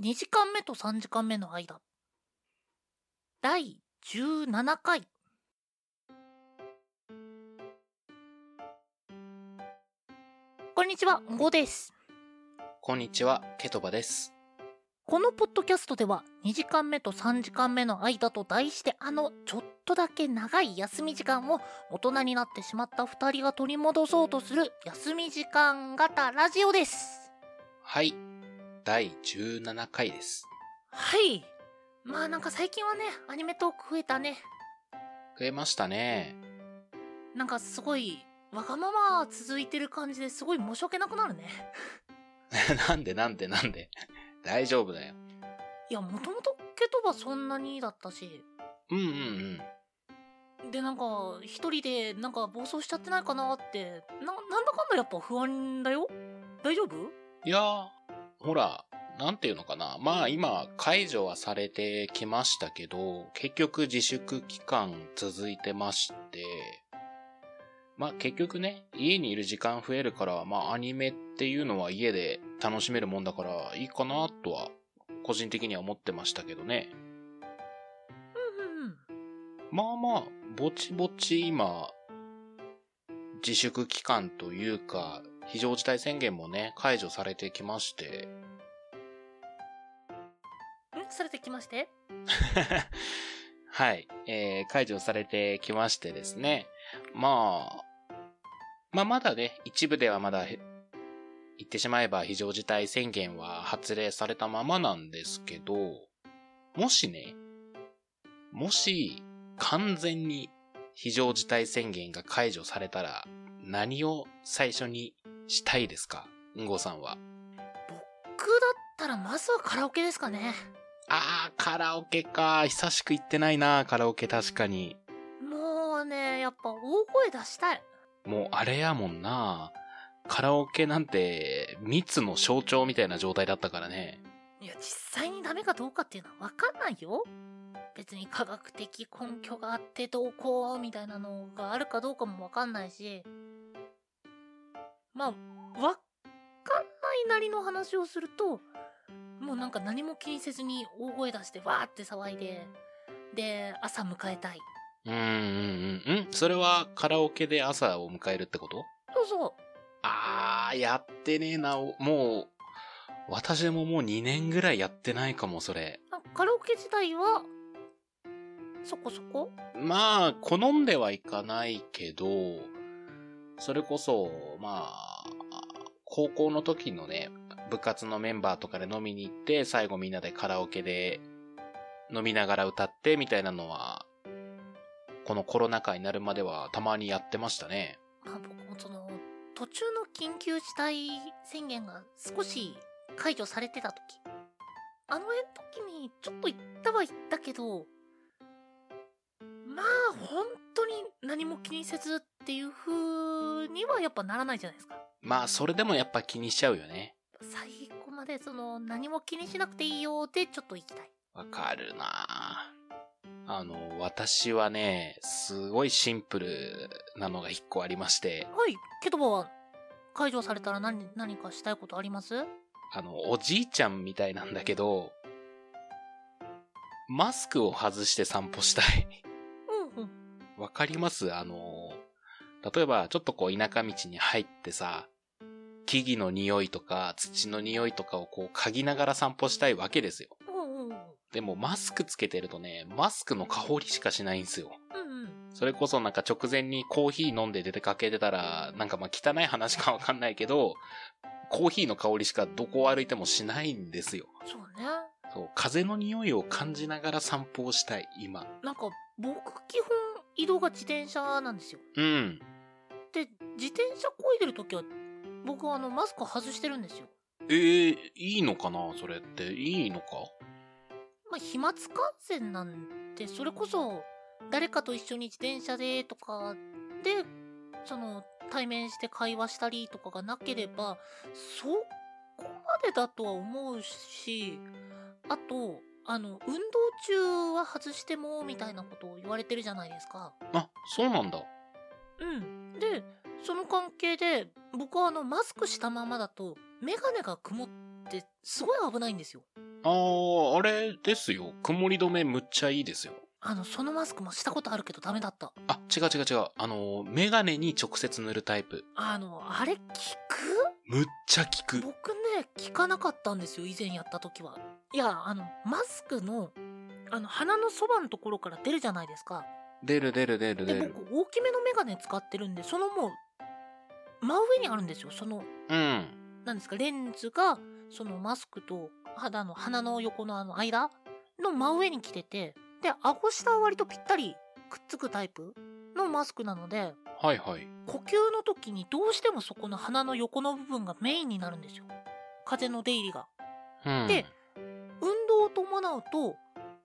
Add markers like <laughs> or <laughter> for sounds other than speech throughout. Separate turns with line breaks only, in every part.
2時間目と3時間目の間第17回こんにちは、ゴです
こんにちは、ケトバです。
このポッドキャストでは2時間目と3時間目の間と題してあのちょっとだけ長い休み時間を大人になってしまった2人が取り戻そうとする休み時間型ラジオです
はい。第17回です。
はいまあなんか最近はねアニメトーク増えたね
増えましたね。 <laughs>
なんかすごいわがまま続いてる感じですごい申し訳なくなるね
なんでなんでなんで。 <laughs> 大丈夫だよ。
いやもともとケトバそんなにだったし
うんうんうん。
でなんか一人でなんか暴走しちゃってないかなってななんだかんだやっぱ不安だよ大丈夫
いやー、ほら、なんていうのかな。まあ今、解除はされてきましたけど、結局自粛期間続いてまして、まあ結局ね、家にいる時間増えるから、まあアニメっていうのは家で楽しめるもんだからいいかなとは、個人的には思ってましたけどね。
うんうんうん
まあまあ、ぼちぼち今、自粛期間というか、非常事態宣言もね、解除されてきまして、
んされてきまして
<laughs> はい、えー解除されてきましてですね。まあ、まあまだね、一部ではまだへ、言ってしまえば非常事態宣言は発令されたままなんですけど、もしね、もし完全に非常事態宣言が解除されたら、何を最初にしたいですかうんごさんは。
僕だったらまずはカラオケですかね
あー、カラオケか。久しく行ってないな、カラオケ確かに。
もうねやっぱ大声出したい
もうあれやもんな。カラオケなんて密の象徴みたいな状態だったからね。
いや実際にダメかどうかっていうのは分かんないよ別に科学的根拠があってどうこうみたいなのがあるかどうかも分かんないしまあ分かんないなりの話をするともうなんか何も気にせずに大声出してわーって騒いでで朝迎えたい
うんうんうんうん。それはカラオケで朝を迎えるってこと
そうそう
あー、やってねえな。おもう、私ももう2年ぐらいやってないかも、それ。
なんかカラオケ自体はそこそこ
まあ、好んではいかないけど、それこそ、まあ、高校の時のね、部活のメンバーとかで飲みに行って、最後みんなでカラオケで飲みながら歌ってみたいなのは、このコロナ禍になるまではたまにやってましたね。
まあ、僕もその途中の緊急事態宣言が少し解除されてた時あの時にちょっと行ったは行ったけどまあ本当に何も気にせずっていう風にはやっぱならないじゃないですか
まあ、それでもやっぱ気にしちゃうよね。
最後までその何も気にしなくていいようでちょっと行きたい
わかるなぁあの、私はね、すごいシンプルなのが一個ありまして、
はいケトバは解除されたら何何かしたいことあります
あの、おじいちゃんみたいなんだけど、マスクを外して散歩したい。 <laughs>
うんうん
わかりますあの、例えばちょっとこう田舎道に入ってさ、木々の匂いとか土の匂いとかをこう嗅ぎながら散歩したいわけですよ。
うんうんうん
でもマスクつけてるとね、マスクの香りしかしないんですよ。
うんうん
それこそなんか直前にコーヒー飲んで出てかけてたら、なんかまあ汚い話かわかんないけど、コーヒーの香りしかどこを歩いてもしないんですよ。
そうね
そう、風の匂いを感じながら散歩をしたい、今。
なんか僕基本移動が自転車なんですよ
うん。
で自転車こいでる時は僕はあのマスク外してるんですよ
えー、いいのかなそれって。いいのか
まあ飛沫感染なんてそれこそ誰かと一緒に自転車でとかでその対面して会話したりとかがなければそこまでだとは思うしあとあの運動中は外してもみたいなことを言われてるじゃないですか。
あ、そうなんだ。
うん、でその関係で僕はあのマスクしたままだと眼鏡が曇ってすごい危ないんですよ。
あー、あれですよ。曇り止めむっちゃいいですよ。
あの、そのマスクもしたことあるけどダメだった。
あ、違う違う違う。あの、メガネに直接塗るタイプ。
あの、あれ効
むっちゃ効
く
く。
僕ね、効かなかったんですよ、以前やった時は。いや、あの、マスクの、あの、鼻のそばのところから出るじゃないですか。
出る出る出る
で、
出る。
僕、大きめのメガネ使ってるんで、そのもう、真上にあるんですよ。その、
うん。
なんですか、レンズが、そのマスクと肌の鼻の横のあの間の真上に来てて、で、顎下は割とぴったりくっつくタイプのマスクなので、
はいはい。
呼吸の時にどうしてもそこの鼻の横の部分がメインになるんですよ。風の出入りが。
うん。
で運動を伴うと、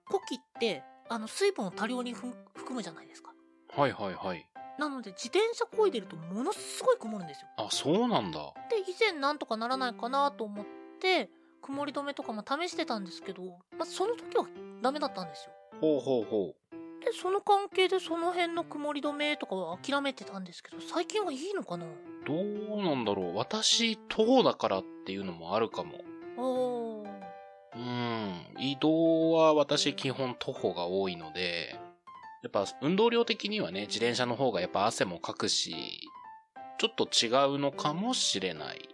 呼気って、あの、水分を多量にふん含むじゃないですか。
はいはいはい。
なので、自転車漕いでるとものすごい曇るんですよ。
あ、そうなんだ。
で以前なんとかならないかなと思って曇り止めとかも試してたんですけど、まあ、その時はダメだったんですよ
ほうほうほ
でその関係でその辺の曇り止めとかは諦めてたんですけど最近はいいのかな
う。どうなんだろう。私、徒歩だからっていうのもあるかも。
あー
うん。移動は私基本徒歩が多いので、やっぱ運動量的にはね、自転車の方がやっぱ汗もかくし、ちょっと違うのかもしれない。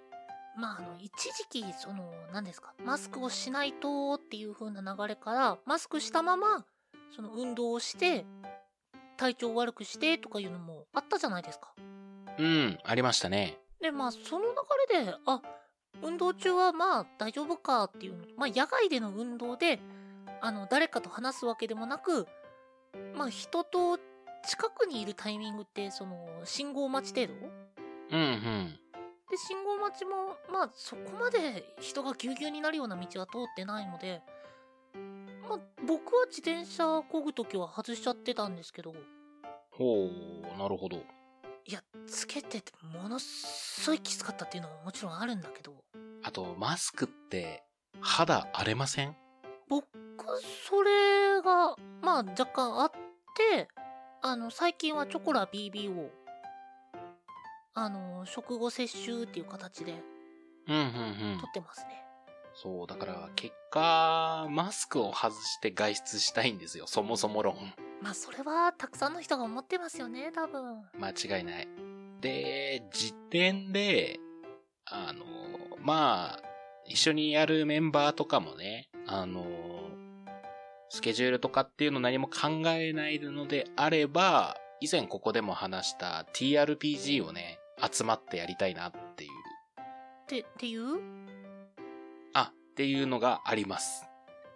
まああの一時期その何ですかマスクをしないとっていう風な流れからマスクしたままその運動をして体調を悪くしてとかいうのもあったじゃないですか
うん、ありましたね。
でまあその流れであ運動中はまあ大丈夫かっていうのまあ野外での運動であの誰かと話すわけでもなくまあ人と近くにいるタイミングってその信号待ち程度
うん、うん。
で信号待ちもまあそこまで人がぎゅうぎゅうになるような道は通ってないのでまあ僕は自転車漕ぐ時は外しちゃってたんですけど
ほう、なるほど。
いやつけててものすごいきつかったっていうのももちろんあるんだけど
あと、マスクって、肌荒れません
僕それがまあ若干あってあの最近はチョコラ BB をあの食後摂取っていう形で
うん、うん、うん
取。ってますね、
そう、だから、結果、マスクを外して外出したいんですよ。そもそも論。
まあそれはたくさんの人が思ってますよね多分
間違いない。で、時点で、あの、まあ、一緒にやるメンバーとかもね、あの、スケジュールとかっていうの何も考えないのであれば、以前ここでも話した TRPG をね、集まってやりたいなっていう、
ってっていう
あ、っていうのがあります。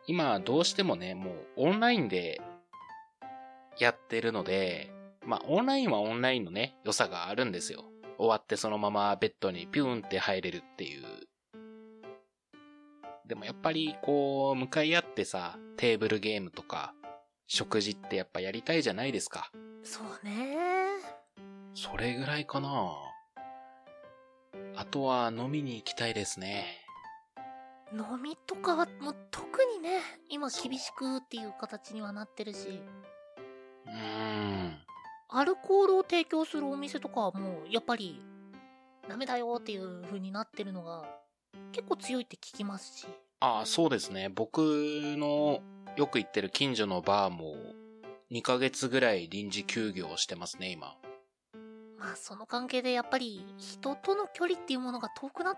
今、どうしてもね、もうオンラインでやってるので、まあ、オンラインはオンラインのね、良さがあるんですよ。終わってそのままベッドにピューンって入れるっていう。でもやっぱりこう、向かい合ってさ、テーブルゲームとか、食事ってやっぱやりたいじゃないですか。
そうね
それぐらいかなあとは飲みに行きたいですね。
飲みとかはもう特にね今厳しくっていう形にはなってるし
うーん。
アルコールを提供するお店とかはもうやっぱりダメだよっていう風になってるのが結構強いって聞きますし
ああ、そうですね。僕のよく行ってる近所のバーも、2ヶ月ぐらい臨時休業してますね、今。
まあその関係でやっぱり人との距離っていうものが遠くなっ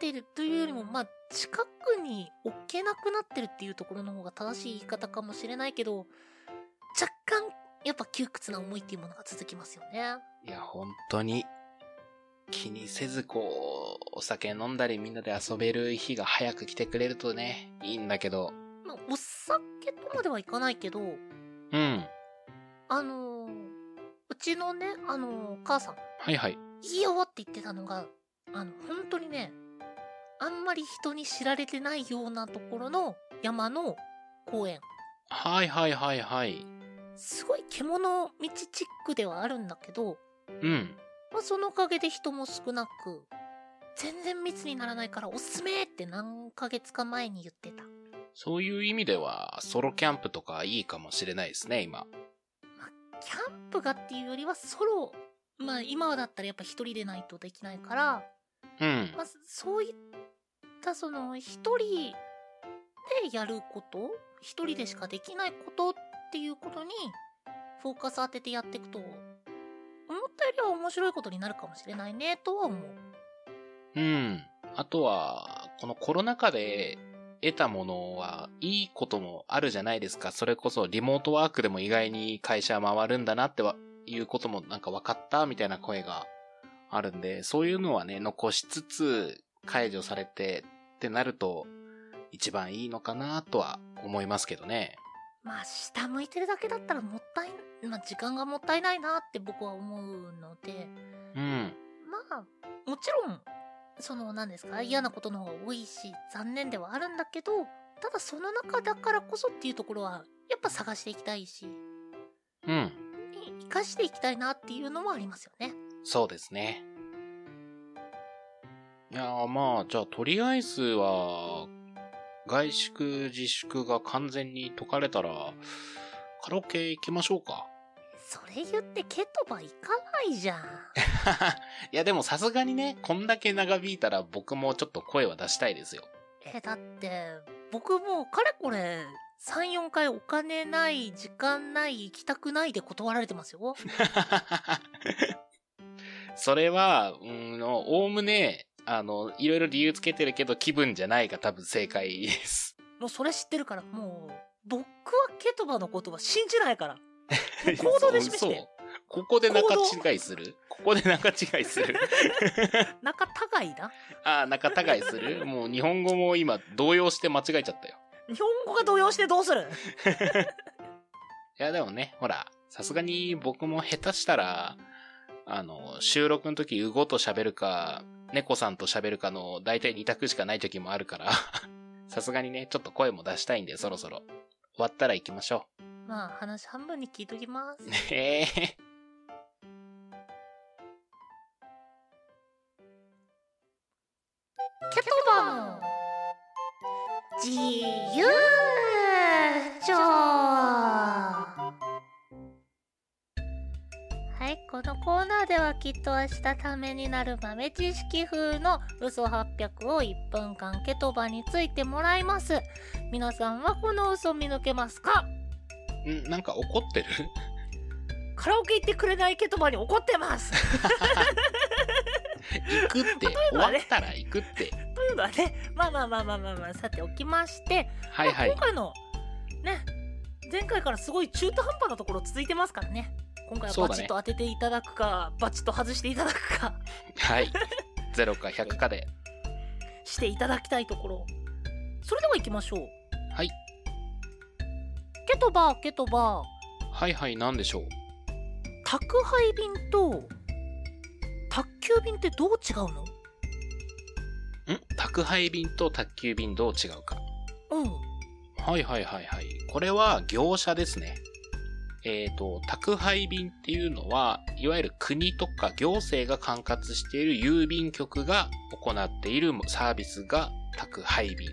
てるというよりもまあ近くに置けなくなってるっていうところの方が正しい言い方かもしれないけど若干やっぱ窮屈な思いっていうものが続きますよね。
いや、本当に、気にせずこう、お酒飲んだりみんなで遊べる日が早く来てくれるとね、いいんだけど。
まあお酒とまではいかないけど
うん。
あのーうちのねあのー母さん
はいはい。
いいよって言ってたのが、あの、本当にね、あんまり人に知られてないようなところの山の公園。
はいはいはいはい。
すごい獣道チックではあるんだけど、
うん。
まあ、そのおかげで人も少なく、全然密にならないからおすすめって何ヶ月か前に言ってた。
そういう意味では、ソロキャンプとかいいかもしれないですね、今。
キャンプがっていうよりはソロ、まあ今だったらやっぱ一人でないとできないから、
うん
ま。あ、そそういったその一人でやること一人でしかできないことっていうことにフォーカス当ててやっていくと思ったよりは面白いことになるかもしれないねとは思う
うん。あとは、このコロナ禍で得たものは、いいこともあるじゃないですか。それこそリモートワークでも意外に会社回るんだなっては、いうこともなんか分かったみたいな声があるんで、そういうのはね、残しつつ解除されてってなると、一番いいのかなとは思いますけどね。
まあ下向いてるだけだったらもったいまあ時間がもったいないなって僕は思うので
うん。
まあもちろんその何ですか嫌なことの方が多いし残念ではあるんだけどただその中だからこそっていうところはやっぱ探していきたいし
うん。
生かしていきたいなっていうのもありますよね。
そうですね。いやーまあ、じゃあとりあえずは、外宿自粛が完全に解かれたら、カラオケ行きましょうか。
それ言ってケトバ行かないじゃん。
<laughs> いやでもさすがにね、こんだけ長引いたら僕もちょっと声は出したい <laughs> ですよ。
え、だって、僕もうかれこれ、3、4回お金ない、時間ない、行きたくないで断られてますよ。
それは、うん、おおむね、あの、いろいろ理由つけてるけど気分じゃないが多分正解です。
もうそれ知ってるから、もう、僕はケトバのことは信じないから。行動で示して
嘘ここで仲違いするここで仲違い
<laughs>
する
仲違いだ。
ああ、仲違いするもう日本語も今動揺して間違えちゃったよ。
日本語が動揺してどうする
いやでもね、ほら、さすがに僕も下手したら、あの、収録の時、うごと喋るか、猫さんと喋るかの大体2択しかない時もあるから、 <laughs> さすがにね、ちょっと声も出したいんで、そろそろ。終わったら行きましょ
<laughs> まあ、話半分に聞いときます
う。。へえ。
ケトバの自由帳はい、このコーナーではきっと明日ためになる豆知識風の嘘800を1分間ケトバについてもらいます。皆さんはこの嘘見抜けますか
ん、なんか怒ってる
カラオケ行ってくれないケトバに怒ってます
行くって、終わ
ばね
ったら行くって。
というのはね、まあまあまあまあまあまあ、さておきまして、
はいはい
まあ。今回のね前回からすごい中途半端なところ続いてますからね今回は
そう
バ
だ
チ
ね
ッと当てていただくかバチッと外していただくか
はい。0か100かで。
していただきたいところそれでは行きましょう
はい
ケトバケトバ
はいはい、なんでしょう。
宅配便と宅急便ってどう違うの
ん宅配便と宅急便どう違うか。
うん
はいはいはいはい。これは業者ですね。えっ、と、宅配便っていうのは、いわゆる国とか行政が管轄している郵便局が行っているサービスが宅配便。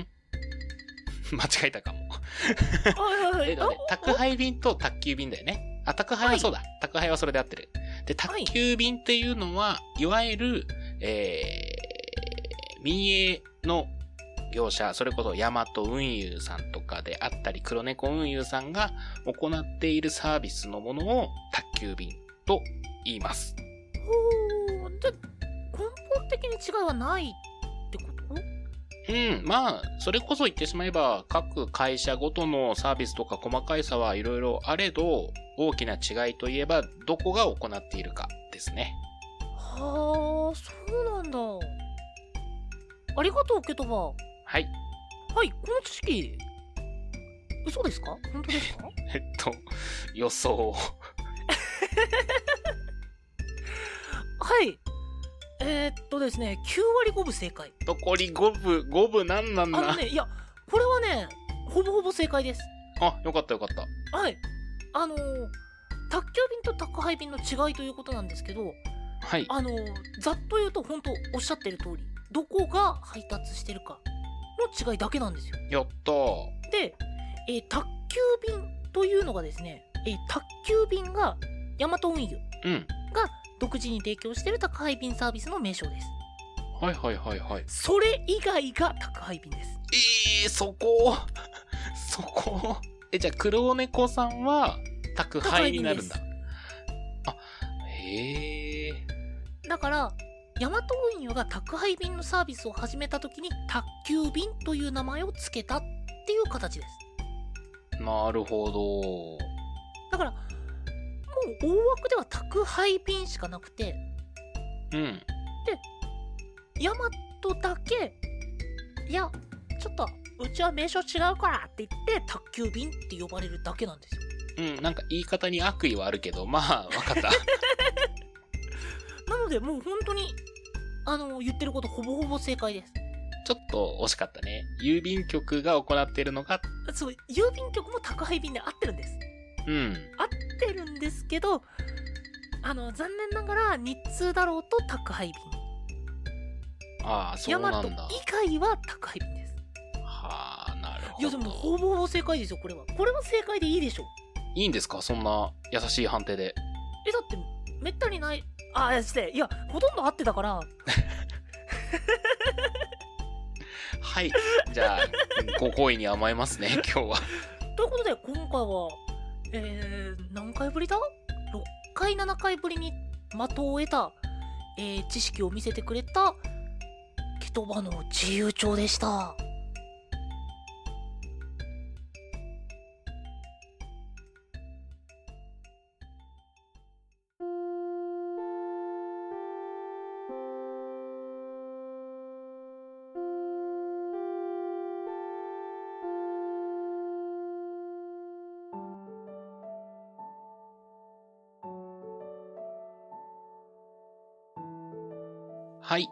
ん <laughs> 間違えたかも。
はいはいは
え
い
っとね、宅配便と宅急便だよね。あ、宅配はそうだ。宅配はそれで合ってる。で、
は
宅
い
急便っていうのは、いわゆる、えー、民営の業者、それこそヤマト運輸さんとかであったり、黒猫運輸さんが行っているサービスのものを宅急便と言います。
おおーじゃ根本的に違いはないってこと
うん、まあ、それこそ言ってしまえば、各会社ごとのサービスとか細かい差はいろいろあれど、大きな違いといえば、どこが行っているかですね。
はあそうなんだありがとうケトバは
はい。 <laughs>
いこの知識嘘ですか本当ですか
えっと、予想。
はいえー、っとですね9割5分正解
残り5分、5分なんなん
あの
だ。
ねいやこれはねほぼほぼ正解です
あ、よかったよかった。
はいあのー宅急便と宅配便の違いということなんですけど
はい。
あのーざっと言うと本当おっしゃってる通りどこが配達してるかの違いだけなんですよ
やったー。
で、えー宅急便というのがですね、えー宅急便がヤマト運輸
うん。
が独自に提供している宅配便サービスの名称です。
はいはいはいはい。
それ以外が宅配便です
えー、そこ <laughs> そこえ、じゃあ黒猫さんは宅配になるんだ。あ、へえ。
だからヤマト運輸が宅配便のサービスを始めた時に宅急便という名前を付けたっていう形です
なるほど。
だからもう大枠では宅配便しかなくて
うん。
ヤマトだけいやちょっとうちは名称違うからって言って宅急便って呼ばれるだけなんですよ
うん、なんか言い方に悪意はあるけど、まあ、わか
<laughs>
った。
なのでもう本当にあの言ってることほぼほぼ正解です
ちょっと惜しかったね。郵便局が行っているのが、
そう郵便局も宅配便で合ってるんです
うん。
合ってるんですけどあの残念ながら日通だろうと宅配便
ああ、そ
ヤ
うな
マト
ん
以
だ。
外は宅配便です
はあ、なるほど。
いやでもほぼほぼ正解ですよこれはこれは正解でいいでしょ
いいんですかそんな優しい判定で。
えだってめったにないああしていやほとんど合ってたから <laughs>
はい。じゃあ、ご好意に甘えますね、今日は。
ということで今回はえー、何回ぶりだ ?6 回7回ぶりに的を得た、えー知識を見せてくれたケトバの自由帳でした。
はい。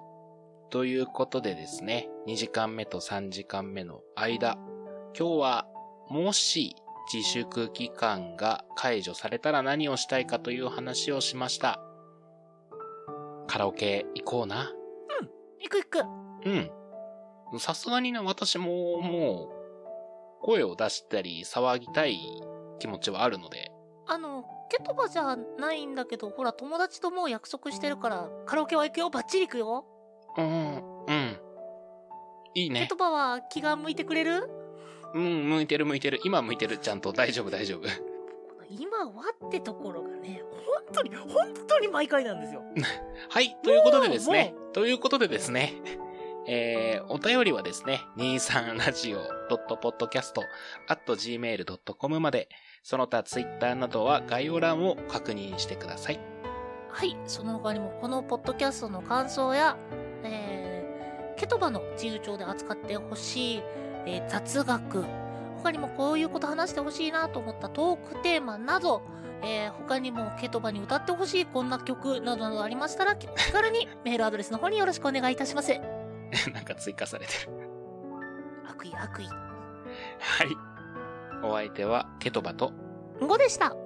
ということでですね、2時間目と3時間目の間、今日は、もし自粛期間が解除されたら何をしたいかという話をしました。カラオケ行こうな。
いくいく。
うん。さすがにね、私ももう、声を出したり騒ぎたい気持ちはあるので、
あの、ケトバじゃないんだけど、ほら、友達ともう約束してるから、カラオケは行くよ、バッチリ行くよ。
うん、うん。いい
ケ
ね
ト。バは気が向いてくれる
うん、向いてる向いてる。今向いてる。ちゃんと大丈夫大丈夫。
今はってところがね、本当に、本当に毎回なんですよ。
はい、ということでですね
もう。
ということでですね。 <laughs> えー、お便りはですね、23radio.podcast.gmail.com まで、その他ツイッターなどは概要欄を確認してください。 <laughs>
はい、その他にも、このポッドキャストの感想や、えー、ケトバの自由帳で扱ってほしい、えー雑学、他にもこういうこと話してほしいなと思ったトークテーマなど、えー他にもケトバに歌ってほしいこんな曲などなどありましたら、お気軽にメールアドレスの方によろしくお願いいたします。
なんか追加されてる。
悪意悪意。
はい。お相手はケトバと
5でした。